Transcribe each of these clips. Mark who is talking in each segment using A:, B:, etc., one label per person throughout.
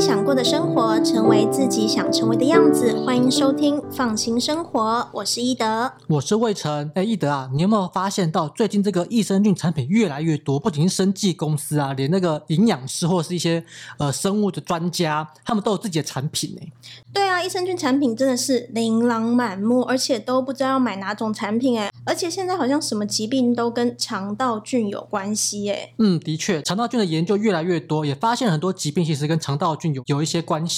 A: 想过的生活，成为自己想成为的样子。欢迎收听《放心生活》，我是一德。
B: 我是魏晨。哎，易德啊，你有没有发现到最近这个益生菌产品越来越多？不仅是生技公司啊，连那个营养师或者是一些呃生物的专家，他们都有自己的产品呢、
A: 对啊，益生菌产品真的是琳琅满目，而且都不知道要买哪种产品哎。而且现在好像什么疾病都跟肠道菌有关系哎。
B: 嗯，的确，肠道菌的研究越来越多，也发现很多疾病其实跟肠道菌有有一些关系。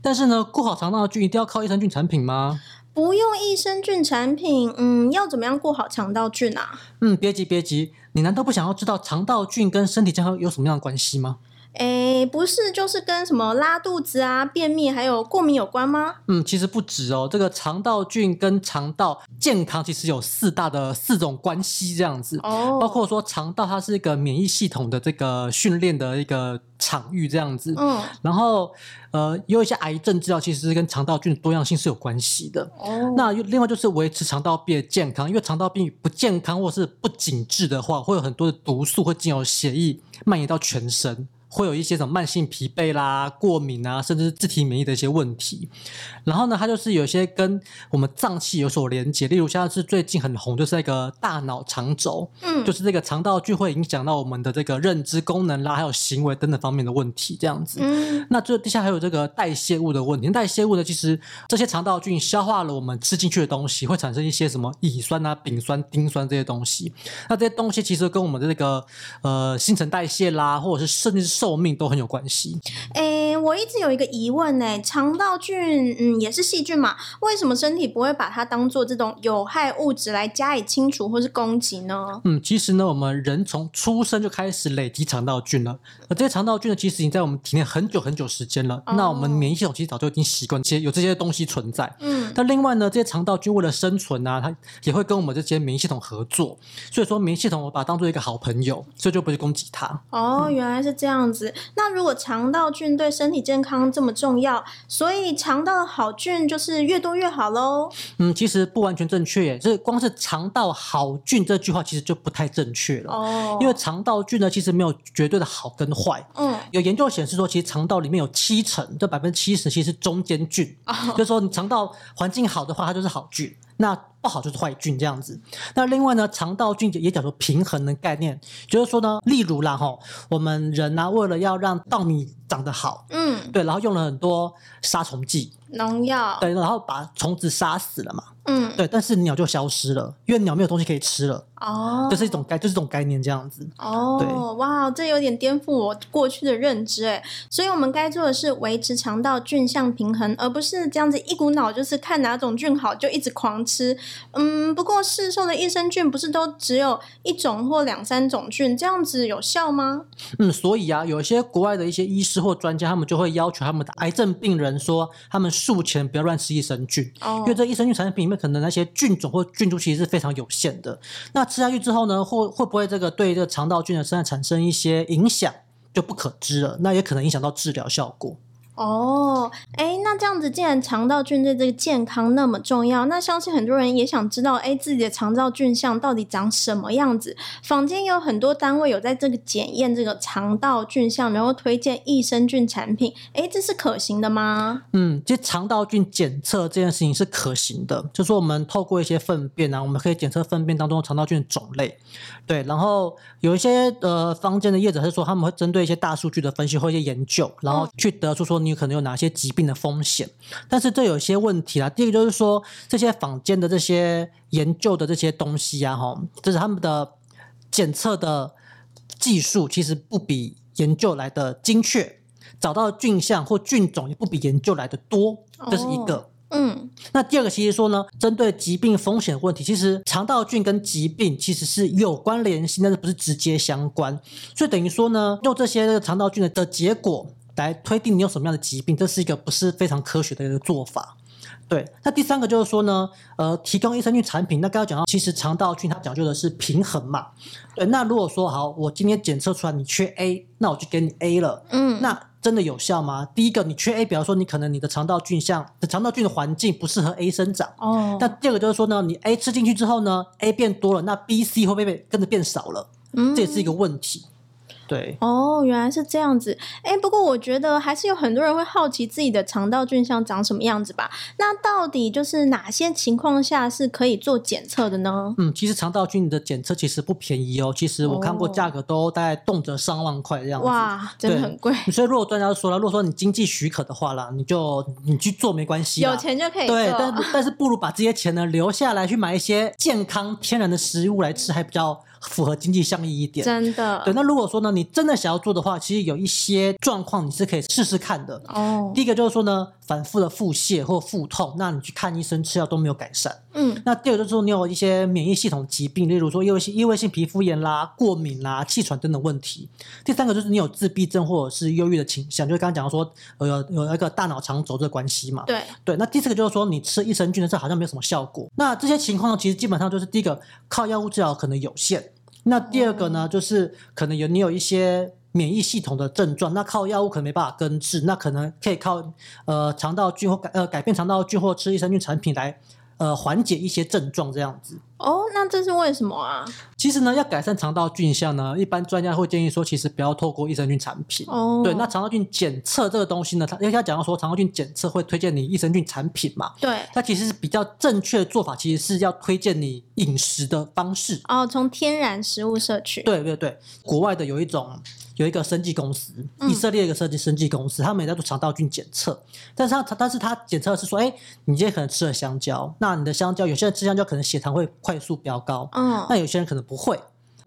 B: 但是呢，顾好肠道菌一定要靠益生菌产品吗？
A: 不用益生菌产品，嗯，要怎么样顾好肠道菌啊？
B: 嗯，别急别急，你难道不想要知道肠道菌跟身体健康有什么样的关系吗？
A: 哎，不是，就是跟什么拉肚子啊、便秘还有过敏有关吗？
B: 嗯，其实不止哦，这个肠道菌跟肠道健康其实有四大的四种关系这样子。
A: 哦，
B: 包括说肠道它是一个免疫系统的这个训练的一个场域这样子。
A: 嗯，
B: 然后，呃，也有一些癌症治疗其实是跟肠道菌的多样性是有关系的。
A: 哦，
B: 那又另外就是维持肠道壁的健康，因为肠道壁不健康或是不紧致的话，会有很多的毒素会经由血液蔓延到全身，会有一些什么慢性疲惫啦、过敏啊，甚至是自体免疫的一些问题。然后呢，它就是有些跟我们脏器有所连接，例如像是最近很红就是那个大脑肠轴，
A: 嗯，
B: 就是这个肠道菌会影响到我们的这个认知功能啦，还有行为等等方面的问题，这样子。
A: 嗯，
B: 那这底下还有这个代谢物的问题。代谢物呢，其实这些肠道菌消化了我们吃进去的东西，会产生一些什么乙酸啊、丙酸、丁酸这些东西。那这些东西其实跟我们的这个呃新陈代谢啦，或者是甚至是寿命都很有关系。
A: 诶，我一直有一个疑问呢，肠道菌，嗯，也是细菌嘛，为什么身体不会把它当做这种有害物质来加以清除或是攻击呢？
B: 嗯，其实呢，我们人从出生就开始累积肠道菌了，而这些肠道菌呢，其实已经在我们体内很久很久时间了。
A: 哦
B: 那我们免疫系统其实早就已经习惯这些有这些东西存在。
A: 嗯，
B: 那另外呢，这些肠道菌为了生存啊，它也会跟我们这些免疫系统合作，所以说免疫系统我把它当做一个好朋友，所以就不去攻击它。
A: 哦，原来是这样子。那如果肠道菌对身体健康这么重要，所以肠道的好菌就是越多越好喽。
B: 嗯，其实不完全正确耶，这光是肠道好菌这句话其实就不太正确了，
A: 哦，
B: 因为肠道菌呢其实没有绝对的好跟坏。
A: 嗯，
B: 有研究显示说，其实肠道里面有七成，这百分之七十其实是中间菌，
A: 哦，
B: 就是说你肠道环境好的话，它就是好菌；那不好就是坏菌这样子。那另外呢，肠道菌也讲究平衡的概念，就是说呢，例如啦吼，我们人呢、为了要让稻米长得好，
A: 嗯，
B: 对，然后用了很多杀虫剂，
A: 农药，
B: 对，然后把虫子杀死了嘛，
A: 嗯，
B: 对，但是鸟就消失了，因为鸟没有东西可以吃了，
A: 哦，
B: 这是一种概，就是这种概念这样子。
A: 哦，
B: 对
A: 哇，这有点颠覆我过去的认知哎，所以我们该做的是维持肠道菌相平衡，而不是这样子一股脑就是看哪种菌好就一直狂吃。嗯，不过市售的益生菌不是都只有一种或两三种菌，这样子有效吗？
B: 嗯，所以啊，有一些国外的一些医师或专家，他们就会要求他们的癌症病人说，他们术前不要乱吃益生菌，
A: 哦
B: 因为，这益生菌产品里面可能那些菌种或菌株其实是非常有限的。那吃下去之后呢，会会不会这个对这个肠道菌的生态产生一些影响，就不可知了。那也可能影响到治疗效果。
A: 哦，哎，那这样子，既然肠道菌对这个健康那么重要，那相信很多人也想知道，哎，自己的肠道菌相到底长什么样子？坊间有很多单位有在这个检验这个肠道菌相，然后推荐益生菌产品，哎，这是可行的吗？
B: 嗯，其实肠道菌检测这件事情是可行的，就说我们透过一些粪便啊，我们可以检测粪便当中的肠道菌的种类，对。然后有一些呃坊间的业者是说，他们会针对一些大数据的分析或一些研究，然后去得出说你可能有哪些疾病的风险。但是这有一些问题啦，第一个就是说这些坊间的这些研究的这些东西啊，哈，就是他们的检测的技术其实不比研究来的精确。找到菌相或菌种也不比研究来的多，这是一个。
A: 嗯，
B: 那第二个其实说呢，针对疾病风险问题，其实肠道菌跟疾病其实是有关联性，但是不是直接相关。所以等于说呢，用这些肠道菌的的结果来推定你有什么样的疾病，这是一个不是非常科学的一个做法。对，那第三个就是说呢，呃，提供益生菌产品，那刚刚讲到，其实肠道菌它讲究的是平衡嘛。对，那如果说好，我今天检测出来你缺 A，那我就给你 A 了。
A: 嗯，
B: 那真的有效吗？第一个，你缺 A，比方说你可能你的肠道菌像肠道菌的环境不适合 A 生长。
A: 哦，
B: 那第二个就是说呢，你 A 吃进去之后呢，A 变多了，那 B、C 会不会被跟着变少了？
A: 嗯
B: 这也是一个问题。对，
A: 哦，原来是这样子。哎，不过我觉得还是有很多人会好奇自己的肠道菌相长什么样子吧？那到底就是哪些情况下是可以做检测的呢？
B: 嗯，其实肠道菌的检测其实不便宜哦，其实我看过
A: 哦
B: 价格都大概动辄上万块这样子。
A: 哇，真的
B: 对
A: 很贵，
B: 所以如果专家说了，如果说你经济许可的话啦，你就你去做没关系啦，
A: 有钱就可以做。
B: 对，但但是不如把这些钱呢留下来去买一些健康天然的食物来吃，还比较符合经济效益一点。
A: 真的
B: 对，那如果说呢，你真的想要做的话，其实有一些状况你是可以试试看的。
A: 哦，
B: 第一个就是说呢，反复的腹泻或腹痛，那你去看医生吃药都没有改善。
A: 嗯，
B: 那第二个就是说你有一些免疫系统疾病，例如说异位性异位性皮肤炎啦、过敏啦、气喘等等问题。第三个就是你有自闭症或者是忧郁的倾向，就是刚刚讲到说呃有有那个大脑肠轴的关系嘛。
A: 对，
B: 对，那第四个就是说，你吃益生菌的时候好像没有什么效果。那这些情况呢，其实基本上就是第一个靠药物治疗可能有限，那第二个呢，就是可能有你有一些免疫系统的症状，那靠药物可能没办法根治，那可能可以靠呃肠道菌或改呃改变肠道菌或吃益生菌产品来呃缓解一些症状这样子。
A: 哦，那这是为什么啊？
B: 其实呢，要改善肠道菌相呢，一般专家会建议说，其实不要透过益生菌产品。
A: 哦，
B: 对，那肠道菌检测这个东西呢，它因为他讲到说肠道菌检测会推荐你益生菌产品嘛，
A: 对
B: 它其实是比较正确的做法，其实是要推荐你饮食的方式。
A: 哦，从天然食物摄取，
B: 对对对，国外的有一种有一个生技公司，
A: 嗯
B: 以色列一个设计生技公司，他们也在做肠道菌检测，但是他但是他检测是说，哎，你今天可能吃了香蕉，那你的香蕉有些人吃香蕉可能血糖会快速飙高，
A: 嗯，
B: 那有些人可能不会。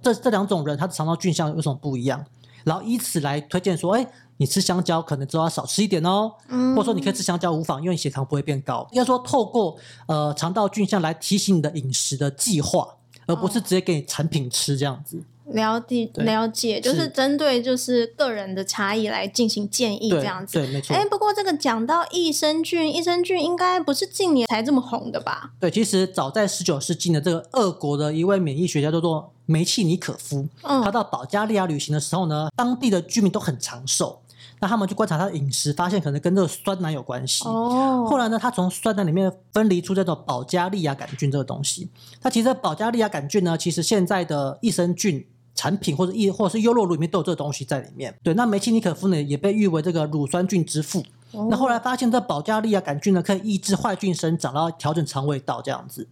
B: 这这两种人，他的肠道菌相有什么不一样？然后以此来推荐说，哎，你吃香蕉可能之后要少吃一点哦，
A: 嗯
B: 或者说你可以吃香蕉无妨，因为你血糖不会变高。应该说透过呃肠道菌相来提醒你的饮食的计划，而
A: 哦
B: 不是直接给你产品吃这样子。
A: 了解
B: 对
A: 了解，就是
B: 是
A: 针对就是个人的差异来进行建议这
B: 对，
A: 样子。
B: 对，没错。
A: 哎，不过这个讲到益生菌，益生菌应该不是近年才这么红的吧？
B: 对，其实早在十九世纪呢，这个俄国的一位免疫学家叫做梅契尼可夫，他
A: 嗯，
B: 到保加利亚旅行的时候呢，当地的居民都很长寿。那他们去观察他的饮食，发现可能跟这个酸奶有关系。
A: 哦，
B: 后来呢，他从酸奶里面分离出这种保加利亚杆菌这个东西。那其实保加利亚杆菌呢，其实现在的益生菌产品或者益或者是优酪乳里面都有这个东西在里面。对，那梅契尼可夫呢也被誉为这个乳酸菌之父。
A: 哦
B: 那后来发现这保加利亚杆菌呢可以抑制坏菌生长，然后调整肠胃道这样子。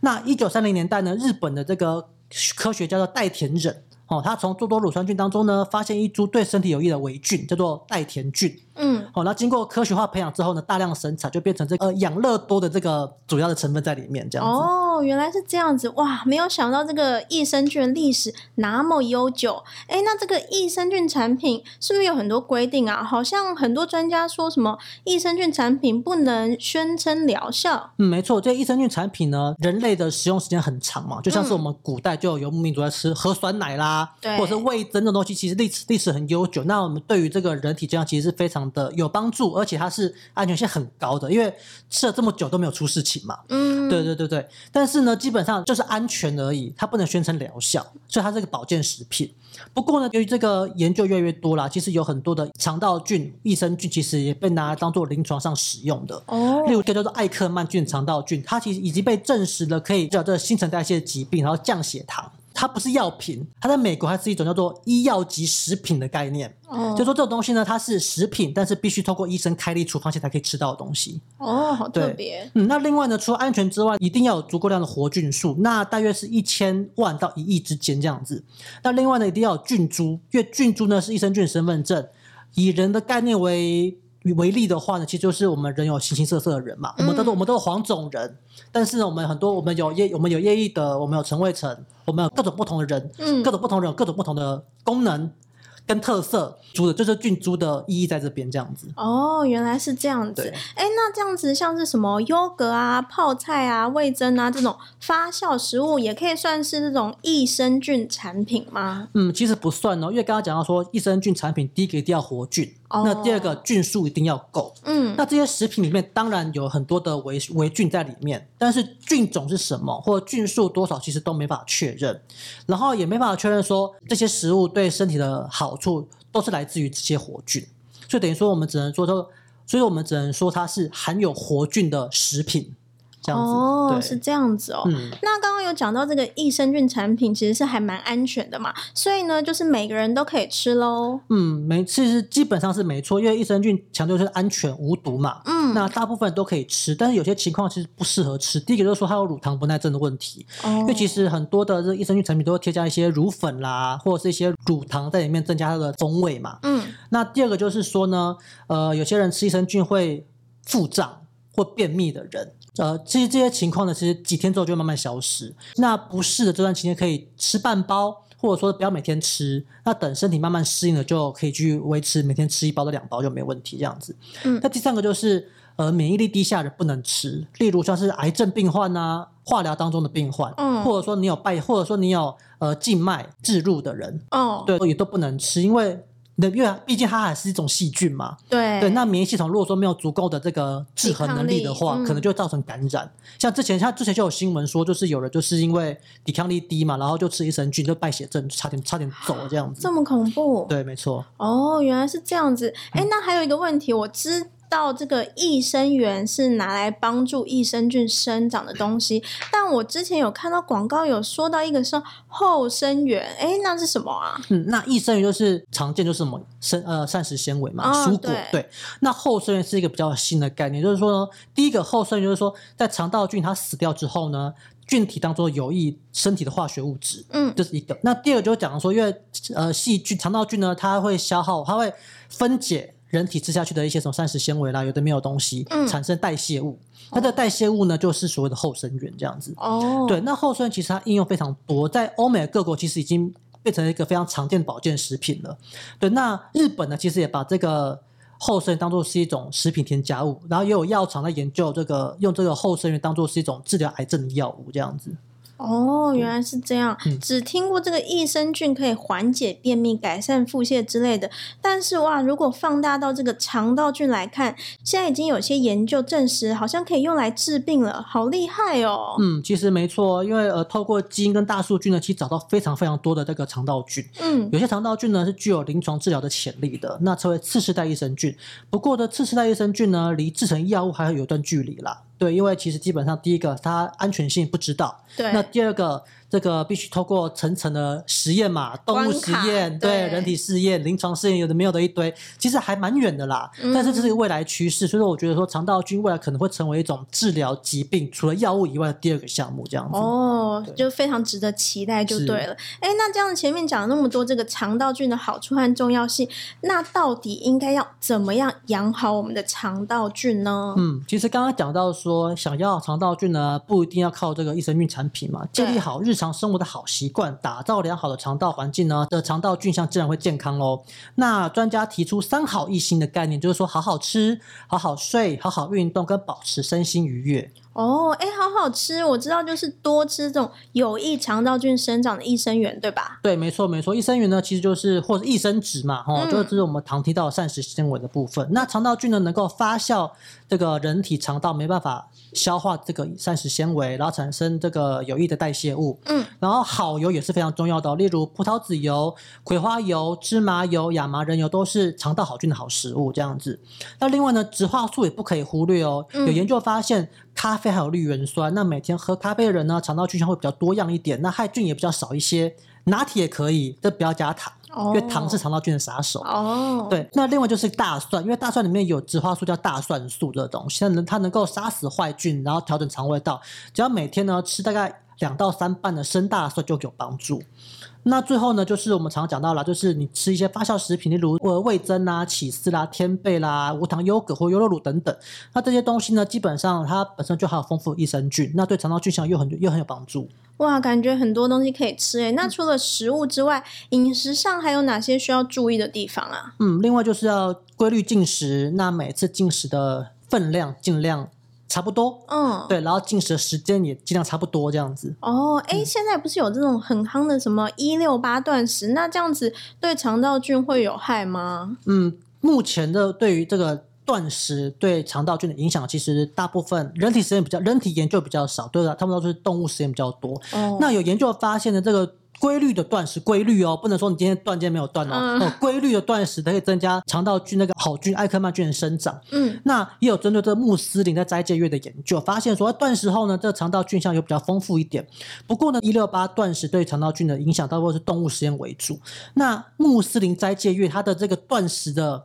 B: 那一九三零年代呢，日本的这个科学家叫代田忍。哦，他从诸多乳酸菌当中呢，发现一株对身体有益的微菌，叫做代田菌。
A: 嗯，
B: 哦，那经过科学化培养之后呢，大量生产就变成这个呃养乐多的这个主要的成分在里面，这样子。
A: 哦，原来是这样子哇！没有想到这个益生菌的历史那么悠久。哎，那这个益生菌产品是不是有很多规定啊？好像很多专家说什么益生菌产品不能宣称疗效。
B: 嗯，没错，这益生菌产品呢，人类的食用时间很长嘛，就像是我们古代就有游牧民族在吃喝酸奶啦，
A: 嗯对
B: 或者是味增这种东西，其实历史历史很悠久。那我们对于这个人体健康其实是非常的有帮助，而且它是安全性很高的，因为吃了这么久都没有出事情嘛。
A: 嗯，
B: 对对对对，但是呢，基本上就是安全而已，它不能宣称疗效，所以它是个保健食品。不过呢，由于这个研究越来越多啦，其实有很多的肠道菌、益生菌，其实也被拿来当做临床上使用的。
A: 哦
B: 例，如，一个叫做艾克曼菌肠道菌，它其实已经被证实了可以治疗这个新陈代谢疾病，然后降血糖。它不是药品，它在美国它是一种叫做医药级食品的概念，
A: 哦
B: 就说这种东西呢，它是食品，但是必须透过医生开立处方前才可以吃到的东西。
A: 哦，好特
B: 对
A: 别。
B: 嗯，那另外呢，除了安全之外，一定要有足够量的活菌数，那大约是一千万到一亿之间这样子。那另外呢，一定要有菌株，因为菌株呢是益生菌身份证。以人的概念为为例的话呢，其实就是我们人有形形色色的人嘛，我们都是、
A: 嗯
B: 我们都是黄种人，但是呢，我们很多我们有叶我们有叶益德，我们有陈伟成，我们有各种不同的人，
A: 嗯
B: 各种不同人有各种不同的功能跟特色，株的就是菌株的意义在这边这样子。
A: 哦，原来是这样子
B: 对。
A: 哎，那这样子像是什么优格啊、泡菜啊、味增啊这种发酵食物，也可以算是这种益生菌产品吗？
B: 嗯，其实不算哦，因为刚刚讲到说，益生菌产品第一个一定要活菌，
A: 哦
B: 那第二个菌数一定要够。
A: 嗯，
B: 那这些食品里面当然有很多的微微菌在里面，但是菌种是什么或菌数多少，其实都没法确认，然后也没办法确认说这些食物对身体的好处都是来自于这些活菌，所以等于说我们只能说说，所以我们只能说它是含有活菌的食品。这样子。
A: 哦
B: 对，
A: 是这样子哦。
B: 嗯，
A: 那刚刚有讲到这个益生菌产品其实是还蛮安全的嘛，所以呢，就是每个人都可以吃喽。
B: 嗯，没，其实基本上是没错，因为益生菌强调就是安全无毒嘛。
A: 嗯，
B: 那大部分都可以吃，但是有些情况其实不适合吃。第一个就是说它有乳糖不耐症的问题，因
A: 哦
B: 为其实很多的这益生菌产品都会添加一些乳粉啦，或者是一些乳糖在里面增加它的风味嘛。
A: 嗯
B: 那第二个就是说呢，呃，有些人吃益生菌会腹胀或便秘的人，呃，其实这些情况呢，其实几天之后就会慢慢消失。那不适的这段期间可以吃半包，或者说不要每天吃，那等身体慢慢适应了就可以去维持每天吃一包到两包就没问题这样子。
A: 嗯
B: 那第三个就是。呃，免疫力低下的不能吃，例如像是癌症病患啊，化疗当中的病患，
A: 嗯
B: 或者说你有败，或者说你有呃静脉置入的人，
A: 哦，
B: 对，也都不能吃，因为那因为毕竟它还是一种细菌嘛。
A: 对
B: 对，那免疫系统如果说没有足够的这个制
A: 抵
B: 衡
A: 抗
B: 能力的
A: 力
B: 话，
A: 嗯
B: 可能就会造成感染。像之前，像之前就有新闻说，就是有人就是因为抵抗力低嘛，然后就吃益生菌就败血症，差点差点走了这样子
A: 这。么恐怖。
B: 对，没嗯错。
A: 哦，原来是这样子。哎，那还有一个问题，我知道这个益生元是拿来帮助益生菌生长的东西，但我之前有看到广告有说到一个是后生元，哎，那是什么啊？
B: 嗯，那益生元就是常见就是什么生呃膳食纤维嘛，
A: 哦
B: 蔬果
A: 对
B: 那后生元是一个比较新的概念，就是说呢，第一个后生元就是说，在肠道菌它死掉之后呢，菌体当中有益身体的化学物质，
A: 嗯
B: 这是一个。那第二个就是讲说，因为呃细菌肠道菌呢，它会消耗，它会分解。人体吃下去的一些什么膳食纤维啦，有的没有东西，
A: 嗯
B: 产生代谢物。那这代谢物呢，就是所谓的后生元这样子。
A: 哦，
B: 对，，那后酸其实它应用非常多，在欧美各国其实已经变成一个非常常见的保健食品了。对，那日本呢，其实也把这个后生当做是一种食品添加物，然后也有药厂在研究这个用这个后生元当做是一种治疗癌症的药物这样子。
A: 哦，原来是这样。
B: 嗯
A: 只听过这个益生菌可以缓解便秘、改善腹泻之类的，但是哇，如果放大到这个肠道菌来看，现在已经有些研究证实，好像可以用来治病了，好厉害哦！
B: 嗯，其实没错，因为呃，透过基因跟大数据呢，其实找到非常非常多的这个肠道菌。
A: 嗯
B: 有些肠道菌呢是具有临床治疗的潜力的，那称为次世代益生菌。不过呢，次世代益生菌呢离制成药物还有一段距离啦。对，因为其实基本上第一个它安全性不知道，
A: 对，
B: 那第二个这个必须透过层层的实验嘛，动物
A: 关
B: 实
A: 卡
B: 验、
A: 对
B: 人体试验、临床试验，有的没有的一堆，其实还蛮远的啦。
A: 嗯
B: 但是这是一个未来趋势，所以说我觉得说肠道菌未来可能会成为一种治疗疾病除了药物以外的第二个项目这样子。
A: 哦，
B: 对
A: 就非常值得期待，就是对了。哎，那这样前面讲了那么多这个肠道菌的好处和重要性，那到底应该要怎么样养好我们的肠道菌呢？
B: 嗯，其实刚刚讲到说，想要肠道菌呢，不一定要靠这个益生菌产品嘛，
A: 对
B: 建立好日常生活的好习惯，打造良好的肠道环境呢，的肠道菌相自然会健康喽。那专家提出三好一心的概念，就是说好好吃、好好睡、好好运动，跟保持身心愉悦。
A: 哦，哎，好好吃！我知道，就是多吃这种有益肠道菌生长的益生元，对吧？
B: 对，没错没错，益生元呢其实就是或者益生脂嘛，哦，
A: 嗯
B: 就就是我们常提到的膳食纤维的部分。那肠道菌呢能够发酵这个人体肠道没办法消化这个膳食纤维，然后产生这个有益的代谢物。
A: 嗯，
B: 然后好油也是非常重要的哦、例如葡萄籽油、葵花油、芝麻油、亚麻仁油都是肠道好菌的好食物。这样子，那另外呢，植化素也不可以忽略哦。
A: 嗯
B: 有研究发现，咖啡还有绿原酸，那每天喝咖啡的人呢，肠道菌相会比较多样一点，那害菌也比较少一些。拿铁也可以，但不要加糖，
A: 哦，
B: 因为糖是肠道菌的杀手。
A: 哦，，
B: 对，那另外就是大蒜，因为大蒜里面有植化素叫大蒜素这个东西，它能它能够杀死坏菌，然后调整肠胃道。只要每天呢吃大概两到三瓣的生大蒜就有帮助。那最后呢，就是我们常讲到啦，就是你吃一些发酵食品，例如呃味增啦、起司啦、天贝啦、无糖优格或优酪乳等等。那这些东西呢，基本上它本身就含有丰富的益生菌，那对肠道菌相又很又很有帮助。
A: 哇，感觉很多东西可以吃诶。
B: 嗯
A: 那除了食物之外，饮食上还有哪些需要注意的地方啊？
B: 嗯，另外就是要规律进食，那每次进食的分量尽量差不多。
A: 嗯，。
B: 对，然后进食的时间也尽量差不多这样子。
A: 哦，哎，
B: 嗯
A: 现在不是有这种很夯的什么一六八断食？那这样子对肠道菌会有害吗？
B: 嗯，目前的对于这个断食对肠道菌的影响，其实大部分人啊体实验比较，人体研究比较少，对的，他们都是动物实验比较多。
A: 哦，
B: 那有研究发现呢，这个规律的断食，规律哦，不能说你今天断，今天没有断哦。
A: 嗯
B: 哦，规律的断食它可以增加肠道菌那个好菌艾克曼菌的生长。
A: 嗯
B: 那也有针对这个穆斯林在斋戒月的研究，发现说断食后呢，这个肠道菌相有比较丰富一点。不过呢，一六八断食对肠道菌的影响大部分是动物实验为主。那穆斯林斋戒月它的这个断食的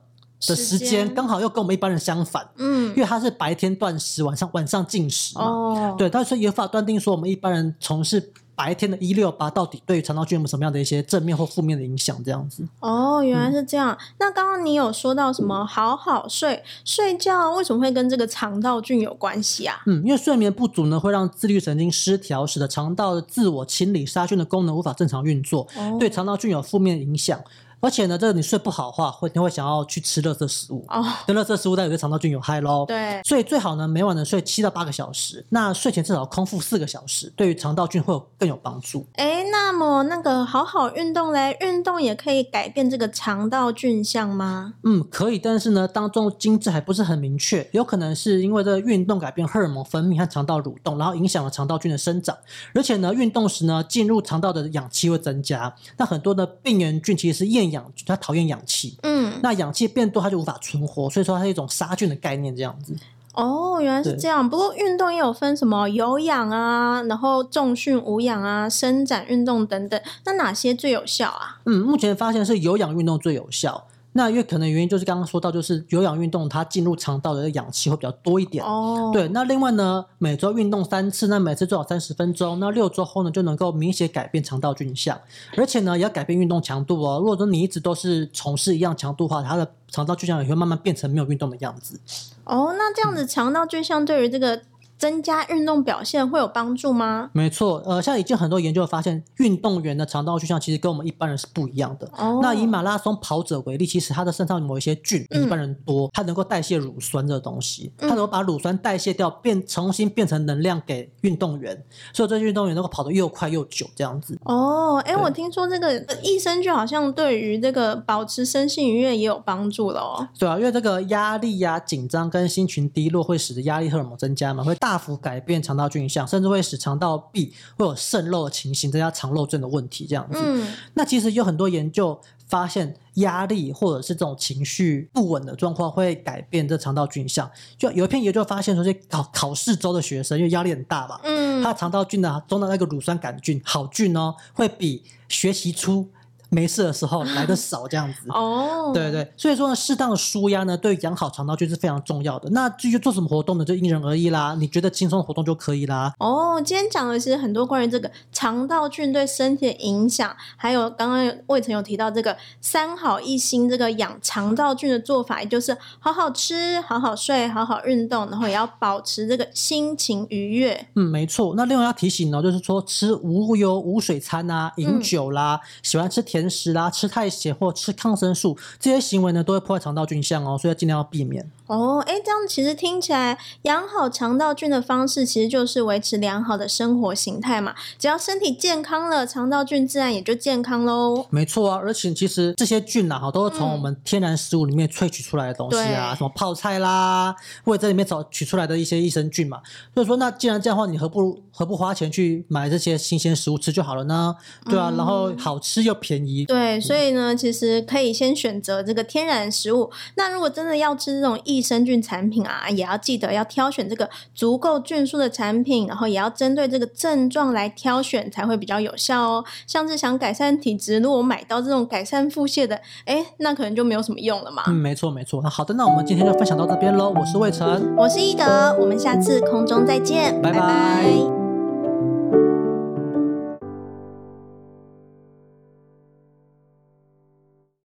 A: 时
B: 的时
A: 间
B: 间刚好又跟我们一般人相反，因
A: 嗯，
B: 为它是白天断食，晚上晚上进食嘛。
A: 哦，
B: 对，但是也无法断定说我们一般人从事白天的一六八到底对于肠道菌有没有什么样的一些正面或负面的影响，这样子。
A: 哦，原
B: 嗯
A: 来是这样。那刚刚你有说到什么好好睡睡觉，为什么会跟这个肠道菌有关系啊？
B: 嗯，因为睡眠不足呢，会让自律神经失调，使得肠道的自我清理杀菌的功能无法正常运作，
A: 哦
B: 对肠道菌有负面影响。而且呢，这个你睡不好的话，会你会想要去吃垃圾食物，
A: 哦，
B: 那垃圾食物带有对肠道菌有害喽。
A: 对，
B: 所以最好呢，每晚能睡七到八个小时，那睡前至少空腹四个小时，对于肠道菌会有更有帮助。
A: 哎，那么那个好好运动嘞，运动也可以改变这个肠道菌相吗？
B: 嗯，可以，但是呢，当中精致还不是很明确，有可能是因为这个运动改变荷尔蒙分泌和肠道蠕动，然后影响了肠道菌的生长。而且呢，运动时呢，进入肠道的氧气会增加。那很多的病原菌其实是厌氧菌，它讨厌氧气。
A: 嗯，
B: 那氧气变多，它就无法存活，所以说它是一种杀菌的概念这样子。
A: 哦，原来是
B: 对
A: 这样。不过运动也有分什么有氧啊，然后重训、无氧啊、伸展运动等等，那哪些最有效啊？
B: 嗯，目前发现是有氧运动最有效。那因为可能原因就是刚刚说到，就是有氧运动它进入肠道的氧气会比较多一点。
A: 哦，
B: 对，那另外呢，每周运动三次，那每次最好三十分钟，那六周后呢就能够明显改变肠道菌相，而且呢也要改变运动强度哦。如果说你一直都是从事一样强度的话，它的肠道菌相也会慢慢变成没有运动的样子。
A: 哦，那这样
B: 嗯
A: 子肠道菌相对于这个增加运动表现会有帮助吗？
B: 没错，呃，像已经很多研究发现，运动员的肠道菌相其实跟我们一般人是不一样的。
A: 哦，
B: 那以马拉松跑者为例，其实他的身上某一些菌比一般人多，它能够代谢乳酸这个东西，它能够把乳酸代谢掉，变重新变成能量给运动员，所以这些运动员能够跑得又快又久这样子。
A: 哦，哎，
B: 对
A: 我听说这个呃益生菌好像对于这个保持身心愉悦也有帮助了哦。
B: 对啊，因为这个压力呀、紧张跟心情低落会使得压力荷尔蒙增加嘛，会大幅改变肠道菌相，甚至会使肠道壁会有渗漏的情形，增加肠漏症的问题这样子。
A: 嗯，
B: 那其实有很多研究发现，压力或者是这种情绪不稳的状况会改变这肠道菌相。就有一篇研究发现说，这考考试周的学生，因为压力很大嘛，
A: 嗯，
B: 他肠道菌的中的那个乳酸杆菌好菌哦，会比学习初没事的时候来的少，这样子。
A: 哦，
B: 对对，所以说呢，适当的舒压呢，对养好肠道菌是非常重要的。那至于做什么活动呢，就因人而异啦。你觉得轻松活动就可以啦。
A: 哦，今天讲的是很多关于这个肠道菌对身体的影响，还有刚刚魏晨有提到这个三好一心这个养肠道菌的做法，也就是好好吃、好好睡、好好运动，然后也要保持这个心情愉悦。
B: 嗯，没错。那另外要提醒哦呢，就是说吃无油无水餐啊，饮
A: 嗯
B: 酒啦，喜欢吃甜食啦，吃太咸或吃抗生素这些行为呢，都会破坏肠道菌相哦，所以要尽量要避免。
A: 哦，哎，这样其实听起来，养好肠道菌的方式其实就是维持良好的生活形态嘛。只要身体健康了，肠道菌自然也就健康喽。
B: 没错啊，而且其实这些菌啊，哈，都是从我们天然食物里面萃取出来的东西啊，
A: 嗯对
B: 什么泡菜啦，或者在里面找取出来的一些益生菌嘛。所以说，那既然这样的话，你何不如何不花钱去买这些新鲜食物吃就好了呢？对
A: 嗯
B: 啊，然后好吃又便宜，
A: 对，所以呢，其实可以先选择这个天然食物。那如果真的要吃这种益生菌产品啊，也要记得要挑选这个足够菌数的产品，然后也要针对这个症状来挑选，才会比较有效哦。像是想改善体质，如果买到这种改善腹泻的，哎，那可能就没有什么用了嘛。
B: 嗯，没错没错。那好的，那我们今天就分享到这边喽。我是魏晨。
A: 我是一德，我们下次空中再见，
B: 拜拜
A: 拜